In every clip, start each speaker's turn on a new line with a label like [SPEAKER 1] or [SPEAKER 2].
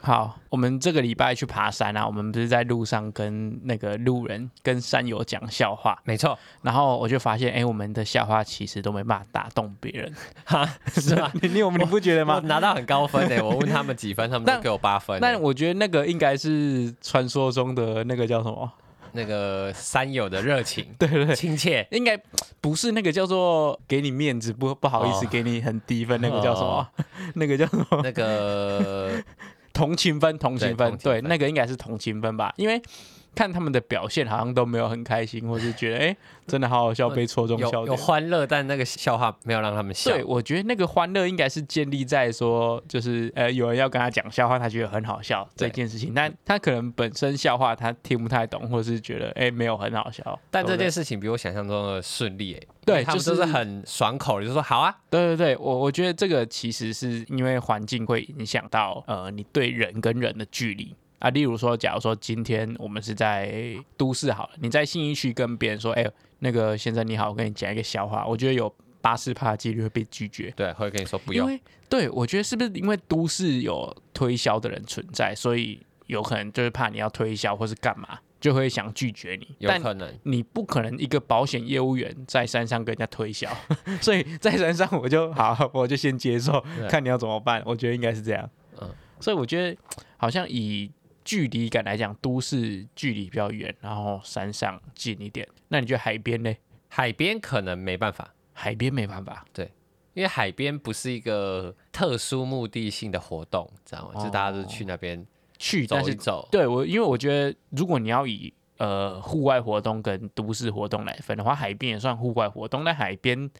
[SPEAKER 1] 好，我们这个礼拜去爬山啊，我们不是在路上跟那个路人、跟山友讲笑话，
[SPEAKER 2] 没错，
[SPEAKER 1] 然后我就发现，哎、我们的笑话其实都没办法打动别人，
[SPEAKER 2] 哈， 是 吧？
[SPEAKER 1] 你有 你不觉得
[SPEAKER 2] 我
[SPEAKER 1] 吗？
[SPEAKER 2] 拿到很高分诶、欸我问他们 几分，他们
[SPEAKER 1] 但
[SPEAKER 2] 都给我八分欸、
[SPEAKER 1] 但我觉得那个应该是传说中的那个叫什么？
[SPEAKER 2] 那个山友的热情，对
[SPEAKER 1] 对对
[SPEAKER 2] 亲切，
[SPEAKER 1] 应该不是那个叫做给你面子不不好意思
[SPEAKER 2] 哦
[SPEAKER 1] 给你很低分，那个叫什么？ 那个叫什 么？
[SPEAKER 2] 那 个
[SPEAKER 1] 同情分，同情分，
[SPEAKER 2] 同情
[SPEAKER 1] 对，
[SPEAKER 2] 分
[SPEAKER 1] 那个应该是同情分吧，因为。看他们的表现，好像都没有很开心，或是觉得哎、真的好好笑，被戳中
[SPEAKER 2] 有
[SPEAKER 1] 笑
[SPEAKER 2] 有
[SPEAKER 1] 点。
[SPEAKER 2] 欢乐，但那个笑话没有让他们笑。
[SPEAKER 1] 对，我觉得那个欢乐应该是建立在说，就是呃，有人要跟他讲笑话，他觉得很好笑这
[SPEAKER 2] 对
[SPEAKER 1] 件事情，但他可能本身笑话他听不太懂，或是觉得哎、没有很好笑。
[SPEAKER 2] 但这
[SPEAKER 1] 对不对
[SPEAKER 2] 件事情比我想象中的顺利、欸，
[SPEAKER 1] 对
[SPEAKER 2] 因为他们
[SPEAKER 1] 就是
[SPEAKER 2] 都是很爽口的，就说好啊，
[SPEAKER 1] 对对对，我我觉得这个其实是因为环境会影响到呃你对人跟人的距离啊。例如说，假如说今天我们是在都市好了，你在信义区跟别人说，哎、那个先生你好，我跟你讲一个笑话，我觉得有八十趴几率会被拒绝。
[SPEAKER 2] 对，会跟你说不
[SPEAKER 1] 因
[SPEAKER 2] 用，
[SPEAKER 1] 为对我觉得是不是因为都市有推销的人存在，所以有可能就是怕你要推销或是干嘛，就会想拒绝你。
[SPEAKER 2] 有
[SPEAKER 1] 但
[SPEAKER 2] 可能
[SPEAKER 1] 你不可能一个保险业务员在山上跟人家推销， 所以在山上我就好，我就先接受，
[SPEAKER 2] 对
[SPEAKER 1] 看你要怎么办。我觉得应该是这样。嗯
[SPEAKER 2] 嗯，
[SPEAKER 1] 所以我觉得好像以距离感来讲，都市距离比较远，然后山上近一点。那你觉得海边呢？
[SPEAKER 2] 海边可能没办法，
[SPEAKER 1] 海边没办法，
[SPEAKER 2] 因为海边不是一个特殊目的性的活动，知道吗？就是大家都是去那边
[SPEAKER 1] 去哦但
[SPEAKER 2] 走
[SPEAKER 1] 是
[SPEAKER 2] 一走，
[SPEAKER 1] 对我，因为我觉得如果你要以呃户外活动跟都市活动来分的话，海边也算户外活动，但海边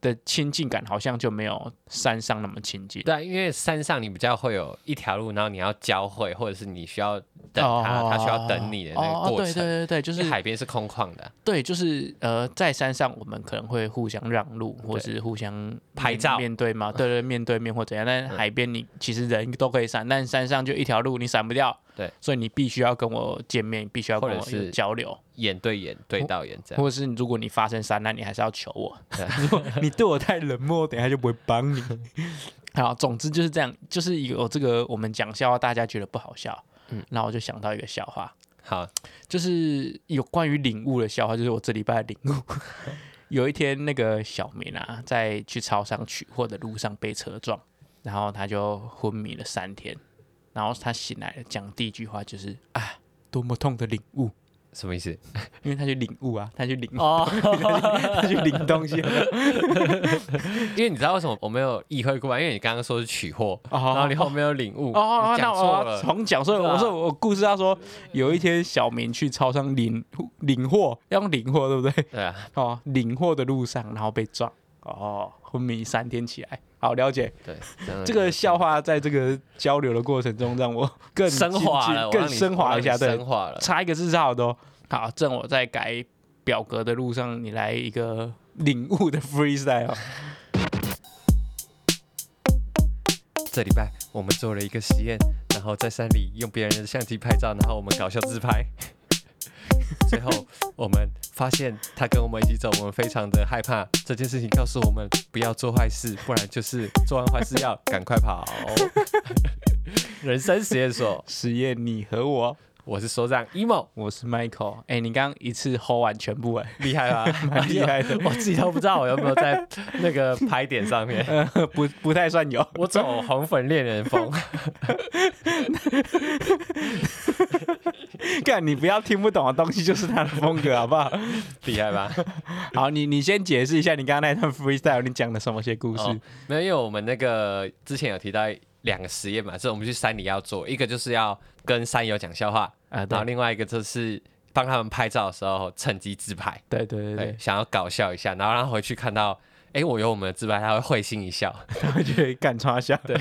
[SPEAKER 1] 的亲近感好像就没有山上那么亲近。
[SPEAKER 2] 对啊，因为山上你比较会有一条路，然后你要交汇，或者是你需要等他，
[SPEAKER 1] 哦
[SPEAKER 2] 他需要等你的那
[SPEAKER 1] 哦
[SPEAKER 2] 个过
[SPEAKER 1] 对对
[SPEAKER 2] 程。
[SPEAKER 1] 对对，就
[SPEAKER 2] 就是
[SPEAKER 1] 是
[SPEAKER 2] 海边是空旷的，
[SPEAKER 1] 对，就是呃，在山上我们可能会互相让路，或
[SPEAKER 2] 对
[SPEAKER 1] 是互相
[SPEAKER 2] 拍
[SPEAKER 1] 面
[SPEAKER 2] 照
[SPEAKER 1] 面对嘛，对对，面对面或怎样。但海边你其实人都可以闪，但山上就一条路，你闪不掉。
[SPEAKER 2] 对，
[SPEAKER 1] 所以你必须要跟我见面，必须要跟
[SPEAKER 2] 或者
[SPEAKER 1] 我有
[SPEAKER 2] 是
[SPEAKER 1] 交流。
[SPEAKER 2] 眼对眼对到眼这样。
[SPEAKER 1] 或者是如果你发生灾难，你还是要求我
[SPEAKER 2] 对。
[SPEAKER 1] 如果你啊 对啊我太冷漠，等一下就不会帮你。 好，总之就是这样，就是有这个我们讲笑话，大家觉得不好笑，嗯
[SPEAKER 2] 嗯，
[SPEAKER 1] 那我就想到一个笑话，
[SPEAKER 2] 好，
[SPEAKER 1] 就是有关于领悟的笑话，就是我这礼拜的领悟。 有一天，那个小明啊，在去超商取货的路上被车撞，然后他就昏迷了三天，然后他醒来了，讲第一句话就是啊，多么痛的领悟，
[SPEAKER 2] 什么意思？
[SPEAKER 1] 因为他去领悟啊，他去领悟
[SPEAKER 2] 哦，
[SPEAKER 1] 他去领东 西。
[SPEAKER 2] 因为你知道为什么我没有意会过来，因为你刚刚说是取货，然后
[SPEAKER 1] 哦
[SPEAKER 2] 你后面有领悟，
[SPEAKER 1] 哦，
[SPEAKER 2] 你
[SPEAKER 1] 那
[SPEAKER 2] 讲
[SPEAKER 1] 我
[SPEAKER 2] 错
[SPEAKER 1] 要
[SPEAKER 2] 了，嗯
[SPEAKER 1] 重讲，所以
[SPEAKER 2] 对啊
[SPEAKER 1] 我说我故事他说有一天小明去超商领领货，要用领货对不对？
[SPEAKER 2] 对啊，
[SPEAKER 1] 哦，领货的路上然后被撞，哦，昏迷三天起来。好，了解
[SPEAKER 2] 对，这样
[SPEAKER 1] 这个笑话，在这个交流的过程中，让我更
[SPEAKER 2] 升华
[SPEAKER 1] 亲近
[SPEAKER 2] 了，我让
[SPEAKER 1] 更
[SPEAKER 2] 你
[SPEAKER 1] 升华一下，
[SPEAKER 2] 我让你
[SPEAKER 1] 对，
[SPEAKER 2] 升华了。
[SPEAKER 1] 差一个字差好多。好，正我在改表格的路上，你来一个领悟的 freestyle 哦。
[SPEAKER 2] 这礼拜我们做了一个实验，然后在山里用别人的相机拍照，然后我们搞笑自拍。 最后我们发现他跟我们一起走，我们非常的害怕。这件事情告诉我们不要做坏事，不然就是做完坏事要赶快跑。 人生实验所，
[SPEAKER 1] 实验你和我，
[SPEAKER 2] 我是所长 emo，
[SPEAKER 1] 我是 Michael。哎、你刚刚一次 hold 完全部哎、
[SPEAKER 2] 厉害吧？
[SPEAKER 1] 蛮厉害的
[SPEAKER 2] 我自己都不知道我有没有在那个拍点上面。
[SPEAKER 1] 呃，不不太算有。
[SPEAKER 2] 我走红粉恋人风，
[SPEAKER 1] 干，你不要听不懂的东西就是他的风格，好不好？
[SPEAKER 2] 厉害吧？
[SPEAKER 1] 好，你你先解释一下你刚刚那段 freestyle 你讲的什么些故事？
[SPEAKER 2] 哦，没有，因为我们那个之前有提到两个实验嘛，是我们去山里要做，一个就是要跟山友讲笑话，
[SPEAKER 1] 啊，
[SPEAKER 2] 然后另外一个就是帮他们拍照的时候趁机自拍，
[SPEAKER 1] 对对对
[SPEAKER 2] 对，
[SPEAKER 1] 对
[SPEAKER 2] 想要搞笑一下，然后让他回去看到。哎，我有我们的自拍，他会会心 一笑。
[SPEAKER 1] 他会觉得干穿 笑。对，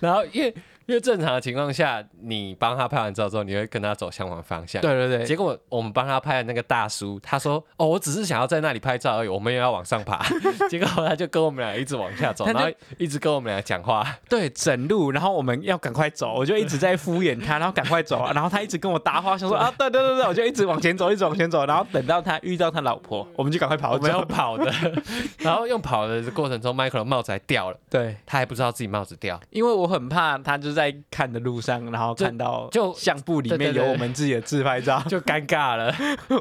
[SPEAKER 2] 然后，因为因为正常的情况下，你帮他拍完照之后，你会跟他走相反方 向。
[SPEAKER 1] 对对对，
[SPEAKER 2] 结果我们帮他拍的那个大叔，他说：“哦，我只是想要在那里拍照而已，我们也要往上爬。”结果他就跟我们俩一直往下走，
[SPEAKER 1] 他
[SPEAKER 2] 然
[SPEAKER 1] 就
[SPEAKER 2] 后一直跟我们俩讲话。
[SPEAKER 1] 对整路，然后我们要赶快走，我就一直在敷衍他，然后赶快走啊，然后他一直跟我搭话，想说啊，对对对对，我就一直往前走，一直往前走，然后等到他遇到他老婆，我们就赶快跑
[SPEAKER 2] 我们要
[SPEAKER 1] 走。
[SPEAKER 2] 跑 的，然后用跑的过程中，Michael 的帽子还掉了，
[SPEAKER 1] 对，
[SPEAKER 2] 他还不知道自己帽子掉。
[SPEAKER 1] 因为我很怕他就在看的路上，然后
[SPEAKER 2] 就
[SPEAKER 1] 看到
[SPEAKER 2] 就
[SPEAKER 1] 相簿里
[SPEAKER 2] 对
[SPEAKER 1] 面
[SPEAKER 2] 对
[SPEAKER 1] 有
[SPEAKER 2] 对
[SPEAKER 1] 我们自己的自拍 照，
[SPEAKER 2] 就尴尬了。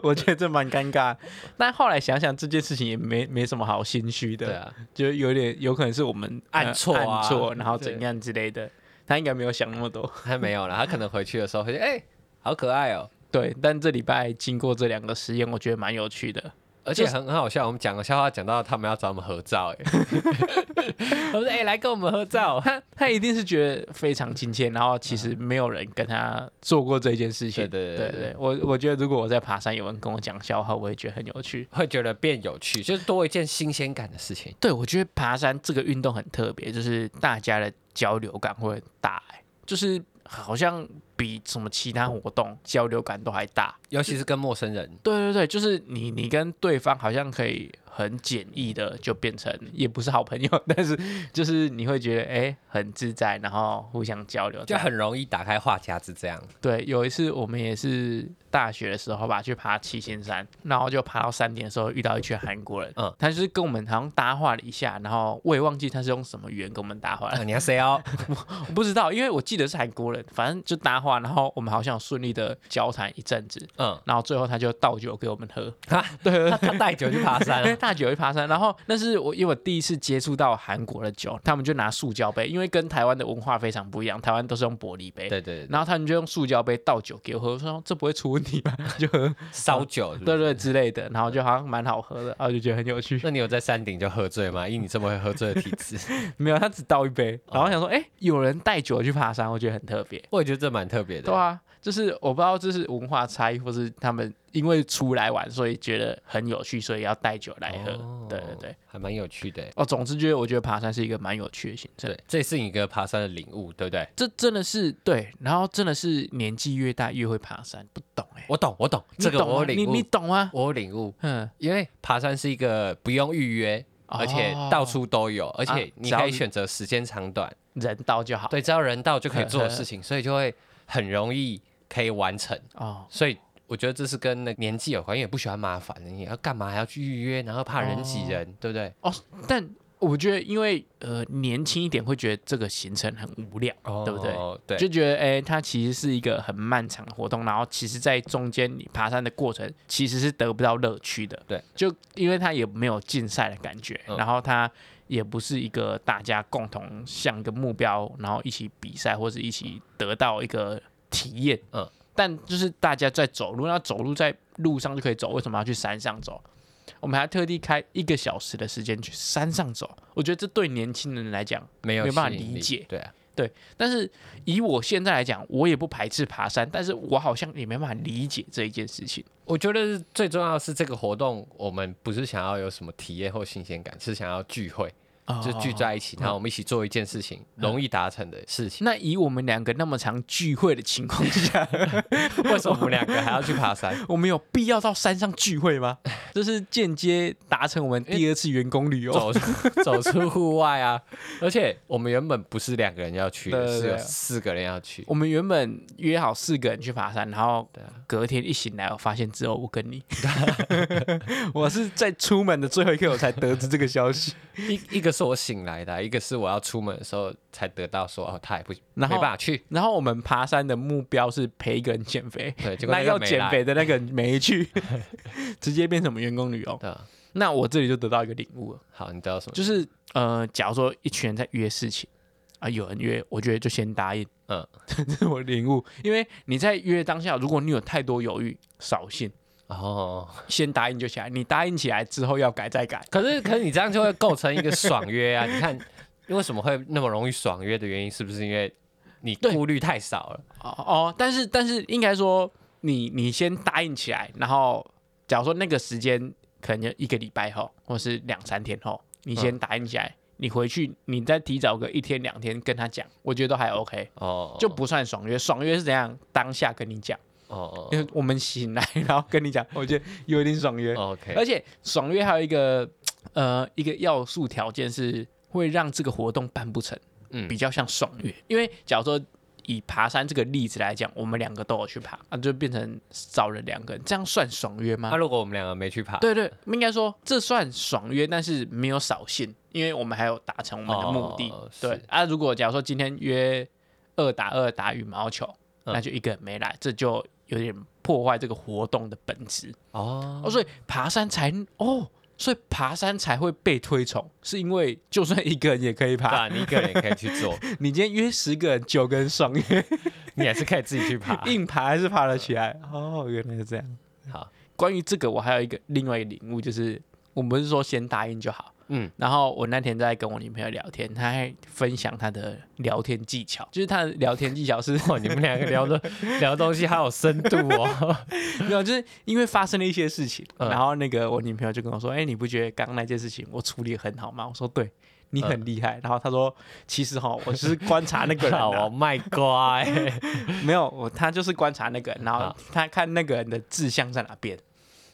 [SPEAKER 1] 我觉得这蛮尴尬。但后来想想，这件事情也没没什么好心虚的，
[SPEAKER 2] 对啊，
[SPEAKER 1] 就有点有可能是我们呃
[SPEAKER 2] 按错啊
[SPEAKER 1] 按错，然后怎
[SPEAKER 2] 对
[SPEAKER 1] 样之类的。他应该没有想那么多，
[SPEAKER 2] 他没有了，他可能回去的时 候会觉得，哎、好可爱哦、
[SPEAKER 1] 对。但这礼拜经过这两个实验，我觉得蛮有趣的。
[SPEAKER 2] 而
[SPEAKER 3] 就
[SPEAKER 2] 且
[SPEAKER 3] 是
[SPEAKER 2] 很很好笑，我们讲个笑话讲到他们要找我们合照、哎，我们说哎、来跟我们合照，
[SPEAKER 1] 他他一定是觉得非常亲切，然后其实没有人跟他做过这件事情。
[SPEAKER 2] 对对
[SPEAKER 1] 对
[SPEAKER 2] 对
[SPEAKER 1] 对，我我觉得如果我在爬山，有人跟我讲笑话，我也觉得很有趣。
[SPEAKER 2] 会觉得变有趣，就是多一件新鲜感的事情。
[SPEAKER 1] 对，我觉得爬山这个运动很特别，就是大家的交流感会很大、欸，就是好像比什么其他活动交流感都还大。
[SPEAKER 2] 尤其是跟陌生人，
[SPEAKER 1] 对对对，就是你你跟对方好像可以很简易的就变成也不是好朋友， 但是就是你会觉得哎、欸很自在，然后互相交流这
[SPEAKER 2] 就
[SPEAKER 1] 样，
[SPEAKER 2] 很容易打开话匣子这样。
[SPEAKER 1] 对，有一次我们也是大学的时候吧，去爬七星山，然后就爬到山顶的时候遇到一群韩国人，嗯
[SPEAKER 2] 嗯，
[SPEAKER 1] 他就是跟我们好像搭话了一下，然后我也忘记他是用什么语言跟我们搭话了，
[SPEAKER 2] 啊，你要谁哦？
[SPEAKER 1] 我不知道，因为我记得是韩国人，反正就搭话，然后我们好像有顺利的交谈一阵子，
[SPEAKER 2] 嗯，
[SPEAKER 1] 然后最后他就倒酒给我们喝，
[SPEAKER 2] 啊，对，他 他带酒去爬山
[SPEAKER 1] 因为
[SPEAKER 2] 啊，
[SPEAKER 1] 大酒会爬山，然后那是我因为我第一次接触到韩国的酒，他们就拿塑胶杯，因为跟台湾的文化非常不一样，台湾都是用玻璃杯。
[SPEAKER 2] 对对对，
[SPEAKER 1] 然后他们就用塑胶杯倒酒给我喝，我说这不会出问题吧？ 就 喝，
[SPEAKER 2] 烧酒是不是
[SPEAKER 1] 对对之类的，然后就好像蛮好喝的，然后就觉得很有趣。
[SPEAKER 2] 那你有在山顶就喝醉吗？以你这么会喝醉的体 质，
[SPEAKER 1] 没有，他只倒一杯，
[SPEAKER 2] 哦
[SPEAKER 1] 然后想说，哎、有人带酒去爬山，我觉得很特别。
[SPEAKER 2] 我也觉得这蛮特别的。
[SPEAKER 1] 对啊，就是我不知道这是文化差异，或是他们因为出来玩，所以觉得很有趣，所以要带酒来喝。
[SPEAKER 2] 哦
[SPEAKER 1] 对对对，
[SPEAKER 2] 还蛮有趣的。欸
[SPEAKER 1] 哦，总之就是我觉得爬山是一个蛮有趣的行程。
[SPEAKER 2] 对，这是你一个爬山的领悟，对不对？
[SPEAKER 1] 这真的是对，然后真的是年纪越大越会爬山，不懂哎、
[SPEAKER 2] 我懂，我懂，
[SPEAKER 1] 你
[SPEAKER 2] 这个
[SPEAKER 1] 懂吗
[SPEAKER 2] 我有领悟，
[SPEAKER 1] 你你懂吗？
[SPEAKER 2] 我有领悟，
[SPEAKER 1] 嗯，
[SPEAKER 2] 因为爬山是一个不用预约，而且
[SPEAKER 1] 哦
[SPEAKER 2] 到处都有，而且你
[SPEAKER 1] 只要
[SPEAKER 2] 可以
[SPEAKER 1] 你啊
[SPEAKER 2] 选择时间长短，
[SPEAKER 1] 人到就好。
[SPEAKER 2] 对，只要人到就可以做的
[SPEAKER 1] 呵呵
[SPEAKER 2] 事 情，所以就会很容易可以完成。
[SPEAKER 1] 哦，
[SPEAKER 2] 所以我觉得这是跟那个年纪有关，因为不喜欢麻烦，你要干嘛还要去预约，然后怕人挤人，对不对？
[SPEAKER 1] 但我觉得因为呃年轻一点会觉得这个行程很无聊，
[SPEAKER 2] 哦
[SPEAKER 1] 对不对？
[SPEAKER 2] 对，
[SPEAKER 1] 就觉得哎、它其实是一个很漫长的活动，然后其实，在中间你爬山的过程其实是得不到乐趣的。
[SPEAKER 2] 对，
[SPEAKER 1] 就因为它也没有竞赛的感觉，
[SPEAKER 2] 嗯
[SPEAKER 1] 然后它也不是一个大家共同向一个目标，然后一起比赛或是一起得到一个体验。
[SPEAKER 2] 嗯，
[SPEAKER 1] 但就是大家在走路，那走路在路上就可以走，为什么要去山上走？我们还特地开一个小时的时间去山上走，我觉得这对年轻人来讲
[SPEAKER 2] 没有
[SPEAKER 1] 没办法
[SPEAKER 2] 吸引
[SPEAKER 1] 理
[SPEAKER 2] 力
[SPEAKER 1] 解
[SPEAKER 2] 对啊，
[SPEAKER 1] 但是以我现在来讲，我也不排斥爬山，但是我好像也没办法理解这一件事情。
[SPEAKER 2] 我觉得最重要的是这个活动，我们不是想要有什么体验或新鲜感，是想要聚会，
[SPEAKER 1] 哦
[SPEAKER 2] 就聚在一起，然后我们一起做一件事情，
[SPEAKER 1] 嗯
[SPEAKER 2] 容易达成的 事情。
[SPEAKER 1] 那以我们两个那么常聚会的情况 下，
[SPEAKER 2] 为什么我们两个还要去爬山？
[SPEAKER 1] 我们有必要到山上聚会吗？ 这是间接达成我们第二次员工旅游。
[SPEAKER 2] 走走出户外啊！而且我们原本不是两个人要去
[SPEAKER 1] 对
[SPEAKER 2] 的，
[SPEAKER 1] 对
[SPEAKER 2] 是
[SPEAKER 1] 对
[SPEAKER 2] 有四个人要去。
[SPEAKER 1] 我们原本约好四个人去爬山，然后
[SPEAKER 2] 对啊
[SPEAKER 1] 隔天一醒来，我发现只有我跟你。 我是在出门的最后一刻，我才得知这个消息。
[SPEAKER 2] 一一个是我醒来的啊、一个是我要出门的时候才得到说哦，他也不没
[SPEAKER 1] 然后
[SPEAKER 2] 办法去。
[SPEAKER 1] 然后我们爬山的目标是陪一个人减肥，
[SPEAKER 2] 对，结果
[SPEAKER 1] 那
[SPEAKER 2] 那
[SPEAKER 1] 要
[SPEAKER 2] 个没
[SPEAKER 1] 减
[SPEAKER 2] 来
[SPEAKER 1] 肥的那个没去， 直接变成我们员工旅游。
[SPEAKER 2] 对啊，
[SPEAKER 1] 那我这里就得到一个领悟了，
[SPEAKER 2] 好，你得到什么？
[SPEAKER 1] 就是呃，假如说一群人在约事情啊、有人约，我觉得就先答应。
[SPEAKER 2] 嗯，
[SPEAKER 1] 这是我的领悟，因为你在约当下，如果你有太多犹豫，扫兴，
[SPEAKER 2] 哦，
[SPEAKER 1] 先答应就起来。你答应起来之后要改再改，
[SPEAKER 2] 可是可是你这样就会构成一个爽约啊！ 你看为什么会那么容易爽约的原因，是不是因为你
[SPEAKER 1] 对
[SPEAKER 2] 顾虑太少了？
[SPEAKER 1] 哦哦，但是但是应该说你你先答应起来，然后假如说那个时间可能就一个礼拜后，或是两三天后，你先答应起来，你回去你再提早个一天两天跟他讲，我觉得都还 OK，
[SPEAKER 2] 哦，
[SPEAKER 1] 就不算爽约。爽约是怎样？当下跟你讲，
[SPEAKER 2] 哦
[SPEAKER 1] 因为我们醒来然后跟你讲，我觉得有点爽约
[SPEAKER 2] 哦。，OK，
[SPEAKER 1] 而且爽约还有一个呃一个要素条件是会让这个活动办不成，
[SPEAKER 2] 嗯
[SPEAKER 1] 比较像爽约。因为假如说以爬山这个例子来讲，我们两个都有去爬，啊，就变成少了两个人，这样算爽约吗？
[SPEAKER 2] 那、如果我们两个没去爬，
[SPEAKER 1] 对对，应该说这算爽约，但是没有扫兴，因为我们还有达成我们的目的。
[SPEAKER 2] 哦是
[SPEAKER 1] 对啊，如果假如说今天约二打二打羽毛球，
[SPEAKER 3] 嗯
[SPEAKER 1] 那就一个人没来，这就有点破坏这个活动的本质。
[SPEAKER 3] 哦，
[SPEAKER 1] 哦，所以爬山才哦，所以爬山才会被推崇，是因为就算一个人也可以
[SPEAKER 2] 对
[SPEAKER 1] 爬。
[SPEAKER 2] 啊，你一个人也可以去 做，
[SPEAKER 1] 你今天约十个人，九个人爽约，。
[SPEAKER 2] 你还是可以自己去爬
[SPEAKER 1] 硬爬还是爬得起来。哦，原来是这样。
[SPEAKER 2] 好，
[SPEAKER 1] 关于这个，我还有一个另外一个领悟，就是我们不是说先答应就好。
[SPEAKER 2] 嗯，
[SPEAKER 1] 然后我那天在跟我女朋友聊天，她还分享她的聊天技巧，就是她的聊天技巧是
[SPEAKER 2] 哦哇，你们两个 聊的聊东西好有深度哦。
[SPEAKER 1] 没有，就是因为发生了一些事情，
[SPEAKER 2] 嗯
[SPEAKER 1] 然后那个我女朋友就跟我说：“哎、你不觉得刚刚那件事情我处理得很好吗？”我说：“
[SPEAKER 2] 嗯
[SPEAKER 1] 对，你很厉害。然后她说：“其实哈，我是观察那个人、
[SPEAKER 2] 好哦
[SPEAKER 1] 啊，
[SPEAKER 2] 卖瓜欸，
[SPEAKER 1] 没有我，她就是观察那个人，然后
[SPEAKER 2] 好
[SPEAKER 1] 她看那个人的志向在哪边，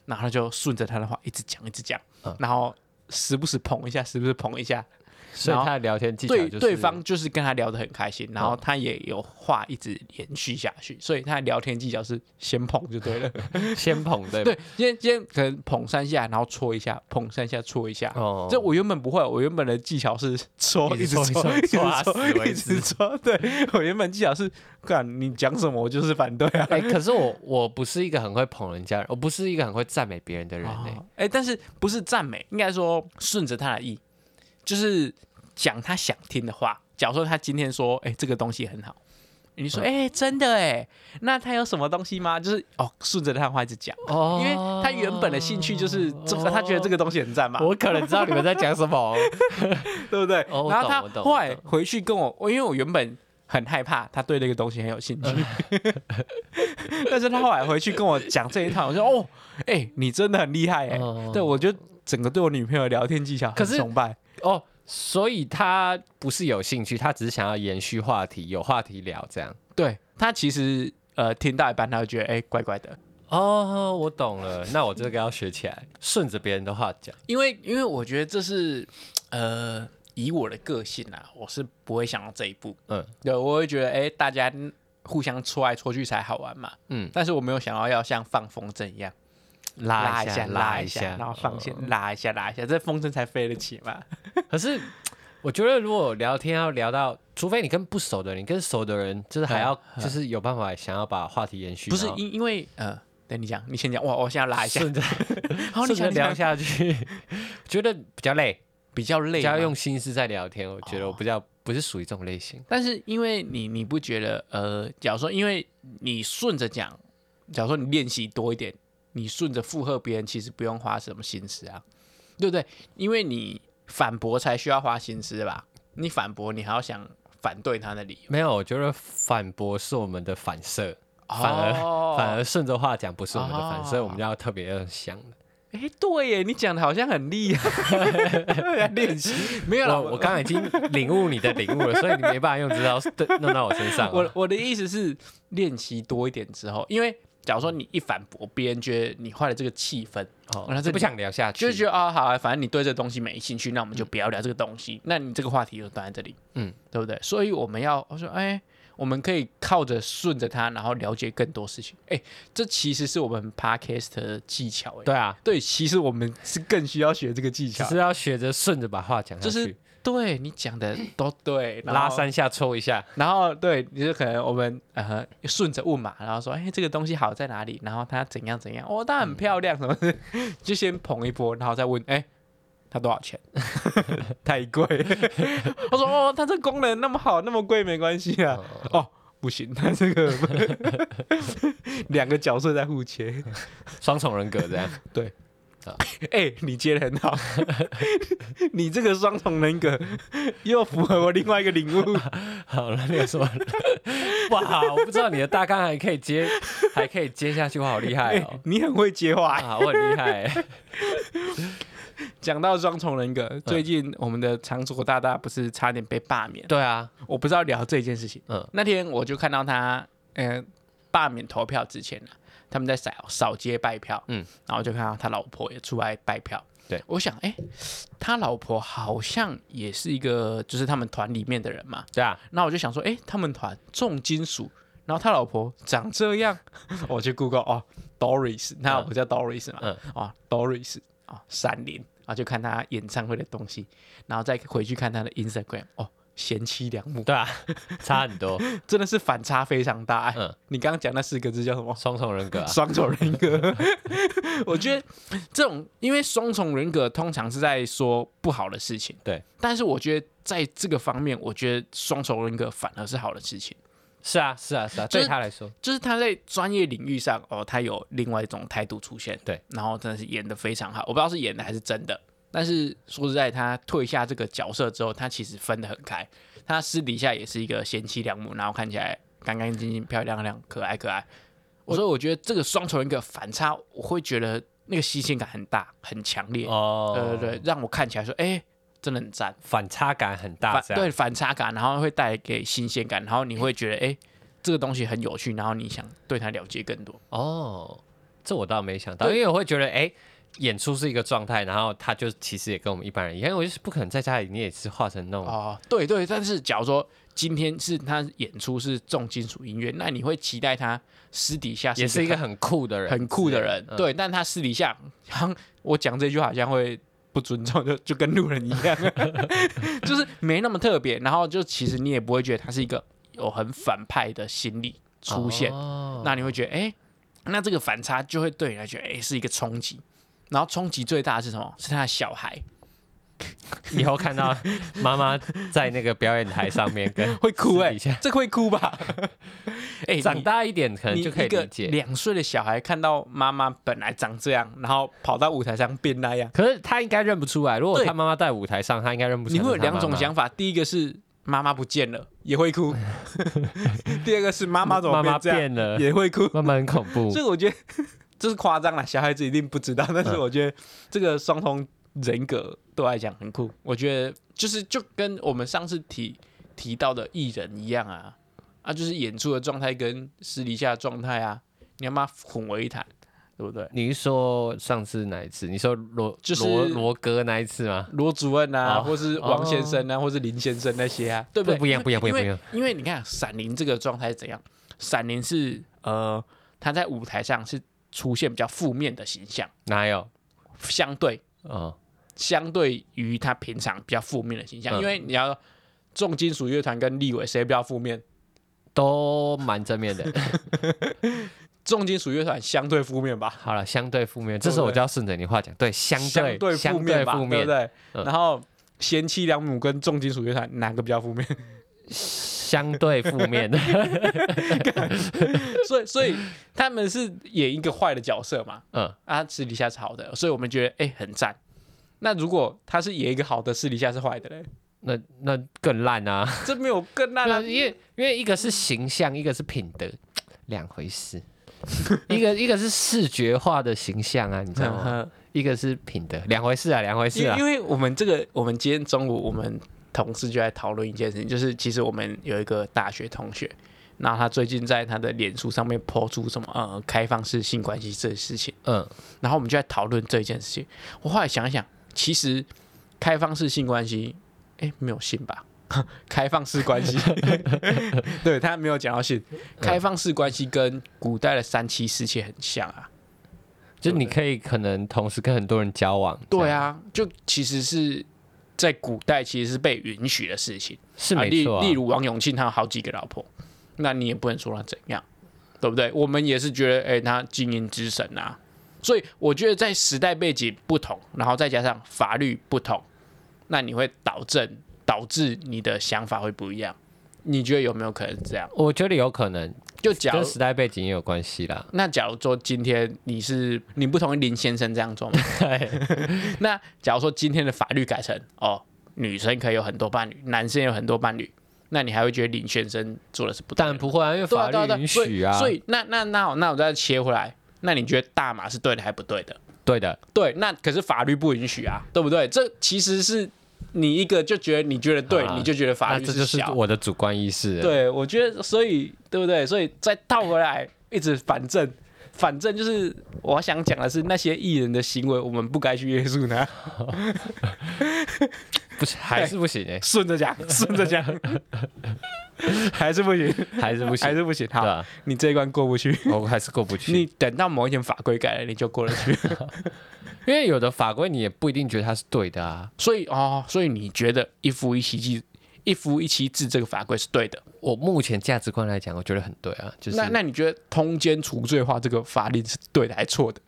[SPEAKER 1] 然后她就顺着她的话一直讲，一直讲，
[SPEAKER 2] 嗯
[SPEAKER 1] 然后时不时捧一下，时不时捧一下，
[SPEAKER 2] 所以他的聊天技巧
[SPEAKER 1] 对
[SPEAKER 2] 就是嗯
[SPEAKER 1] 对方就是跟他聊得很开心，然后他也有话一直延续下去，所以他的聊天技巧是先捧就对了。
[SPEAKER 2] 先捧对吧
[SPEAKER 1] 对，今天今天可能捧三下，然后戳一下，捧三下戳一下。
[SPEAKER 2] 哦
[SPEAKER 1] 这我原本不会，我原本的技巧是 戳，
[SPEAKER 2] 一
[SPEAKER 1] 一
[SPEAKER 2] 直
[SPEAKER 1] 直
[SPEAKER 2] 戳
[SPEAKER 1] 戳，
[SPEAKER 2] 一
[SPEAKER 1] 一
[SPEAKER 2] 直
[SPEAKER 1] 直
[SPEAKER 2] 戳戳到死
[SPEAKER 1] 戳，
[SPEAKER 2] 为
[SPEAKER 1] 一直戳。对我原本技巧是，干你讲什么我就是反对 啊。
[SPEAKER 2] 哎、可是我我不是一个很会捧人家，我不是一个很会赞美别人的人欸呢、
[SPEAKER 1] 哦哎、但是不是赞美，应该说顺着他的意，就是讲他想听的话。假如说他今天说，哎、这个东西很好，你
[SPEAKER 2] 嗯
[SPEAKER 1] 说，哎、真的哎，那他有什么东西吗？就是哦，顺着他的话一直讲，
[SPEAKER 2] 哦
[SPEAKER 1] 因为他原本的兴趣就是这个，他觉得这个东西很赞嘛，
[SPEAKER 2] 我可能知道你们在讲什么，
[SPEAKER 1] 对不对？
[SPEAKER 2] 哦我
[SPEAKER 1] 然后
[SPEAKER 2] 懂
[SPEAKER 1] 他
[SPEAKER 2] 我懂
[SPEAKER 1] 后
[SPEAKER 2] 我
[SPEAKER 1] 来
[SPEAKER 2] 懂
[SPEAKER 1] 回去跟我，我因为我原本很害怕他对那个东西很有 兴趣，但是他后来回去跟我讲这一套，我说哦，哎、你真的很厉害哎、
[SPEAKER 2] 哦
[SPEAKER 1] 对我觉得整个对我女朋友的聊天技巧
[SPEAKER 2] 可
[SPEAKER 1] 很
[SPEAKER 2] 是
[SPEAKER 1] 崇拜，
[SPEAKER 2] 哦，所以他不是有兴趣，他只是想要延续话题，有话题聊这样。
[SPEAKER 1] 对他其实呃听到一半，他就觉得哎、怪怪的，
[SPEAKER 2] 哦，我懂了，那我
[SPEAKER 3] 这个要学起来，顺着别人的话讲。
[SPEAKER 1] 因为因为我觉得这是呃以我的个性啊，我是不会想到这一步，
[SPEAKER 2] 嗯，
[SPEAKER 1] 对，我会觉得哎、大家互相戳来戳去才好玩嘛，
[SPEAKER 2] 嗯，
[SPEAKER 1] 但是我没有想到要像放风筝一样。
[SPEAKER 2] 拉
[SPEAKER 1] 一
[SPEAKER 2] 一下哦
[SPEAKER 1] 拉
[SPEAKER 2] 一
[SPEAKER 1] 下，然后放线、拉一下拉一下，这风筝才飞得起嘛。
[SPEAKER 2] 可是我觉得，如果聊天要聊到，除非你跟不熟的人，你跟熟的人就是还要就是有办法想要把话题延续，
[SPEAKER 1] 不是
[SPEAKER 2] 然后
[SPEAKER 1] 因因为呃，等你讲，你先讲，哇，我现在拉一下，
[SPEAKER 2] 顺着
[SPEAKER 1] 然后你
[SPEAKER 2] 顺着
[SPEAKER 1] 想
[SPEAKER 2] 聊
[SPEAKER 1] 讲
[SPEAKER 2] 下去， 觉得比较累，
[SPEAKER 1] 比较累
[SPEAKER 2] 比较
[SPEAKER 1] 嘛
[SPEAKER 2] 用心思在聊天。我觉得我比较不是属于这种类型。
[SPEAKER 1] 但是因为你你不觉得呃，假如说因为你顺着讲，假如说你练习多一点，你顺着附和别人，其实不用花什么心思啊，对不对？因为你反驳才需要花心思吧？你反驳，你还要想反对他的理由，
[SPEAKER 2] 没有，我觉得反驳是我们的反射，反而、
[SPEAKER 1] 哦
[SPEAKER 2] 反而顺着话讲不是我们的反射，
[SPEAKER 1] 哦
[SPEAKER 2] 我们要特别要想的。
[SPEAKER 1] 哎、对耶，你讲的好像很厉害， 要练习没有啦，
[SPEAKER 2] 我
[SPEAKER 1] 我
[SPEAKER 2] 我刚才已经领悟你的领悟了，所以你没办法用 这招对弄到我身上啊。
[SPEAKER 1] 我我的意思是练习多一点之后，因为假如说你一反驳，别人觉得你坏了这个气氛，
[SPEAKER 2] 哦，
[SPEAKER 1] 那
[SPEAKER 2] 那
[SPEAKER 1] 这
[SPEAKER 2] 就不
[SPEAKER 1] 里
[SPEAKER 2] 想聊下去，
[SPEAKER 1] 就觉得啊、好啊，反正你对这东西没兴趣，那我们就不要聊这个东西，那你这个话题就断在这里，
[SPEAKER 2] 嗯，
[SPEAKER 1] 对不对？所以我们要我说，哎、我们可以靠着顺着它，然后了解更多事情。哎、这其实是我们 podcast 的技巧、哎，
[SPEAKER 2] 对啊，
[SPEAKER 1] 对，其实我们是更需要学这个技
[SPEAKER 2] 只
[SPEAKER 1] 巧，
[SPEAKER 2] 是要啊学着顺着把话讲下
[SPEAKER 1] 就
[SPEAKER 2] 去，
[SPEAKER 1] 是对你讲的都对，然后
[SPEAKER 2] 拉三下抽一下。
[SPEAKER 1] 然后对，你就可能我们呃顺着问嘛，然后说，哎，这个东西好在哪里？然后它怎样怎样？哦，它很漂亮，什么的， 就先捧一波，然后再问，哎，它多少钱？ 太贵。我说，哦，它这功能那么好，那么贵没关系啊。哦，不行，它这个两个角色在互切。
[SPEAKER 2] 双重人格 这样。
[SPEAKER 1] 哎，你接的很好，你这个双重人格又符合我另外一个领悟。
[SPEAKER 2] 好了，你有什么？ 哇，我不知道你的大纲还可以接，还可以接下去，我好厉害 哦！
[SPEAKER 1] 哎你很会接话、
[SPEAKER 2] 啊，我很厉害欸。
[SPEAKER 1] 讲到双重人
[SPEAKER 2] 嗯
[SPEAKER 1] 格，最近我们的场所大大不是差点被罢免？
[SPEAKER 2] 对啊，
[SPEAKER 1] 我不知道聊这件事情。
[SPEAKER 2] 嗯
[SPEAKER 1] 那天我就看到他，嗯、罢免投票之前呢、啊他们在扫扫街拜票，
[SPEAKER 2] 嗯，
[SPEAKER 1] 然后就看到他老婆也出来拜票。
[SPEAKER 2] 对，
[SPEAKER 1] 我想，哎、他老婆好像也是一个，就是他们团里面的人嘛。
[SPEAKER 2] 对啊，
[SPEAKER 1] 那我就想说，哎、他们团重金属，然后他老婆长这样， 我去 Google 哦，Doris，他老婆叫 Doris 嘛，
[SPEAKER 2] 嗯
[SPEAKER 1] 哦，Doris 哦，闪灵，啊，就看他演唱会的东西，然后再回去看他的 Instagram，哦，贤妻良母，
[SPEAKER 2] 对啊，差很多，
[SPEAKER 1] 真的是反差非常大、欸。
[SPEAKER 2] 嗯
[SPEAKER 1] 你刚刚讲那四个字叫什么？
[SPEAKER 2] 双重人格啊，
[SPEAKER 1] 双重人格， 我觉得这种因为双重人格通常是在说不好的事情，
[SPEAKER 2] 对。
[SPEAKER 1] 但是我觉得在这个方面，我觉得双重人格反而是好的事情，
[SPEAKER 2] 是啊，是啊，是啊，
[SPEAKER 1] 就是
[SPEAKER 2] 对他来说，
[SPEAKER 1] 就是他在专业领域上哦，他有另外一种态度出现，
[SPEAKER 2] 对，
[SPEAKER 1] 然后真的是演的非常好，我不知道是演的还是真的。但是说实在，他退下这个角色之后，他其实分得很开。他私底下也是一个贤妻良母，然后看起来干干净净、漂漂亮亮、可爱可爱。我说，我觉得这个双重人格反差，我会觉得那个新鲜感很大、很强烈。
[SPEAKER 2] 哦
[SPEAKER 1] 对对对，让我看起来说，哎、真的很赞。
[SPEAKER 2] 反差感很大，
[SPEAKER 1] 反
[SPEAKER 2] 这样
[SPEAKER 1] 对反差感，然后会带给新鲜感，然后你会觉得哎、诶这个东西很有趣，然后你想对它了解更多。
[SPEAKER 2] 哦，这我倒没想到，因
[SPEAKER 1] 对
[SPEAKER 2] 为我会觉得，哎，演出是一个状态，然后他就其实也跟我们一般人一样，因为我就是不可能在家里，你也是画成那种，
[SPEAKER 1] 哦，对对，但是假如说今天是他演出是重金属音乐，那你会期待他私底下
[SPEAKER 2] 也是一个
[SPEAKER 1] 个
[SPEAKER 2] 很酷的人，
[SPEAKER 1] 很酷的人，
[SPEAKER 2] 嗯
[SPEAKER 1] 对，但他私底下，好像我讲这句话好像会。不尊重就就跟路人一样， 就是没那么特别。然后就其实你也不会觉得他是一个有很反派的心理出现，
[SPEAKER 2] 哦
[SPEAKER 1] 那你会觉得，哎、那这个反差就会对你来觉得，哎、是一个冲击。然后冲击最大的是什么？是他的小孩
[SPEAKER 2] 以后看到妈妈在那个表演台上 面跟
[SPEAKER 1] 会哭、
[SPEAKER 2] 私底
[SPEAKER 1] 哎
[SPEAKER 2] 下，
[SPEAKER 1] 这个会哭 吧？哎、
[SPEAKER 2] 长
[SPEAKER 1] 大
[SPEAKER 2] 大一点可能
[SPEAKER 1] 你
[SPEAKER 2] 就可以
[SPEAKER 1] 一个
[SPEAKER 2] 理解。
[SPEAKER 1] 两岁的小孩看到妈妈本来长这样，然后跑到舞台上变那样，
[SPEAKER 2] 可是他应该认不出来，如果
[SPEAKER 1] 对
[SPEAKER 2] 他妈妈在舞台上，他应该认不出来。
[SPEAKER 1] 你会有两种想
[SPEAKER 2] 法，
[SPEAKER 1] 法：第一个是妈妈不见了，也会 哭；第二个是妈妈怎么
[SPEAKER 2] 妈妈
[SPEAKER 1] 变这样，
[SPEAKER 2] 变了，
[SPEAKER 1] 也会哭。
[SPEAKER 2] 妈妈很恐 怖
[SPEAKER 1] 这。个我觉得这是夸张了，小孩子一定不知道。但
[SPEAKER 2] 嗯
[SPEAKER 1] 是我觉得这个双重人格对我来讲很酷，我觉得就是就跟我们上次提提到的艺人一样啊，啊，就是演出的状态跟私底下的状态啊，你要妈混为一谈，对不对？
[SPEAKER 2] 你是说上次哪一次？你说罗
[SPEAKER 1] 就是
[SPEAKER 2] 罗罗哥那一次吗？
[SPEAKER 1] 罗主任啊，
[SPEAKER 2] 哦
[SPEAKER 1] 或是王先生啊，或是林先生那些啊，对对？
[SPEAKER 2] 不一
[SPEAKER 1] 因
[SPEAKER 2] 样
[SPEAKER 1] 为
[SPEAKER 2] 不一样不一样
[SPEAKER 1] 因为因为你看《闪灵》这个状态是怎样，《闪灵》是呃，他在舞台上是出现比较负面的形象，
[SPEAKER 2] 哪有？
[SPEAKER 1] 相对
[SPEAKER 2] 哦，
[SPEAKER 1] 相对于他平常比较负面的形象，
[SPEAKER 2] 嗯
[SPEAKER 1] 因为你要重金属乐团跟立伟谁比较负面？
[SPEAKER 2] 都蛮正面的。
[SPEAKER 1] 重金属乐团相对负面吧，
[SPEAKER 2] 好了，相对负面，
[SPEAKER 1] 对
[SPEAKER 2] 这
[SPEAKER 1] 不对
[SPEAKER 2] 时候我就要顺着你话讲，对，相
[SPEAKER 1] 相
[SPEAKER 2] 对
[SPEAKER 1] 负
[SPEAKER 2] 相
[SPEAKER 1] 面
[SPEAKER 2] 对
[SPEAKER 1] 吧，
[SPEAKER 2] 负
[SPEAKER 1] 对不
[SPEAKER 2] 面，
[SPEAKER 1] 对？
[SPEAKER 2] 嗯
[SPEAKER 1] 然后贤妻良母跟重金属乐团哪个比较负面？
[SPEAKER 2] 相对负面
[SPEAKER 1] 所以所以他们是演一个坏的角色嘛，
[SPEAKER 2] 嗯，
[SPEAKER 1] 啊，私底下是好的，所以我们觉得哎、很赞。那如果他是演一个好的，私底下是坏的嘞，
[SPEAKER 2] 那那更烂啊！
[SPEAKER 1] 这没有更烂
[SPEAKER 2] 那
[SPEAKER 1] 啊！
[SPEAKER 2] 因为因为一个是形象，一个是品德，两回事。一 个一个是视觉化的形象啊，你知道吗？一个是品德，两回事啊，两回
[SPEAKER 1] 嗯
[SPEAKER 2] 事
[SPEAKER 1] 因为
[SPEAKER 2] 啊
[SPEAKER 1] 因。为我们这个，我们今天中午我们同事就在讨论一件事情，就是其实我们有一个大学同学，然后他最近在他的脸书上面抛出什么呃开放式性关系这个事情，
[SPEAKER 2] 嗯，
[SPEAKER 1] 然后我们就在讨论这件事情。我后来想一想，其实开放式性关系，哎，没有性吧？ 开放式关系，对他没有讲到性。开放式关系跟古代的三妻四妾很像啊。
[SPEAKER 2] 就你可以可能同时跟很多人交往，这
[SPEAKER 1] 对
[SPEAKER 2] 样，
[SPEAKER 1] 啊，就其实是在古代其实是被允许的事情。
[SPEAKER 2] 是
[SPEAKER 1] 啊
[SPEAKER 2] 没错啊。
[SPEAKER 1] 例例如王永庆他有好几个老婆，那你也不能说他怎样，对不对？我们也是觉得，哎、他经营之神啊。所以我觉得在时代背景不同，然后再加上法律不同，那你会导正导致你的想法会不一样。你觉得有没有可能这样？
[SPEAKER 2] 我觉得有可能
[SPEAKER 1] 就假如
[SPEAKER 2] 跟时代背景也有关系啦。
[SPEAKER 1] 那假如说今天你是你不同意林先生这样做 吗？ 那假如说今天的法律改成哦，女生可以有很多伴侣，男生也有很多伴侣，那你还会觉得林先生做的是不对的
[SPEAKER 2] 当然不会啊，因为
[SPEAKER 1] 对
[SPEAKER 2] 法
[SPEAKER 1] 啊对啊对
[SPEAKER 2] 律
[SPEAKER 1] 啊
[SPEAKER 2] 允许啊。
[SPEAKER 1] 所以所以那那那好，那我再切回来，那你觉得大麻是对的还不对的？
[SPEAKER 2] 对的，
[SPEAKER 1] 对，那可是法律不允许啊，对不对？这其实是你一个就觉得你觉得对，
[SPEAKER 2] 啊
[SPEAKER 1] 你就觉得法
[SPEAKER 2] 那
[SPEAKER 1] 律
[SPEAKER 2] 这就是
[SPEAKER 1] 小。
[SPEAKER 2] 我的主观意识。，
[SPEAKER 1] 对，我觉得所以对不对？所以再倒回来，一直反正。反正就是我想讲的是，那些艺人的行为，我们不该去约束他。
[SPEAKER 2] 不 是还是不行哎，
[SPEAKER 1] 顺着 讲，顺着讲，还是不行，
[SPEAKER 2] 还是不行，
[SPEAKER 1] 还是不行。
[SPEAKER 2] 对
[SPEAKER 1] 好，
[SPEAKER 2] 啊，
[SPEAKER 1] 你这一关过不去，
[SPEAKER 2] 我还是过不去。
[SPEAKER 1] 你等到某一天法规改了，你就过得去。
[SPEAKER 2] 因为有的法规你也不一定觉得它是对的啊。
[SPEAKER 1] 所以哦，所以你觉得一夫一妻制、一夫一妻制这个法规是对的。
[SPEAKER 2] 我目前价值观来讲，我觉得很对啊，就是
[SPEAKER 1] 那那你觉得通奸除罪化这个法令是对的还是错的？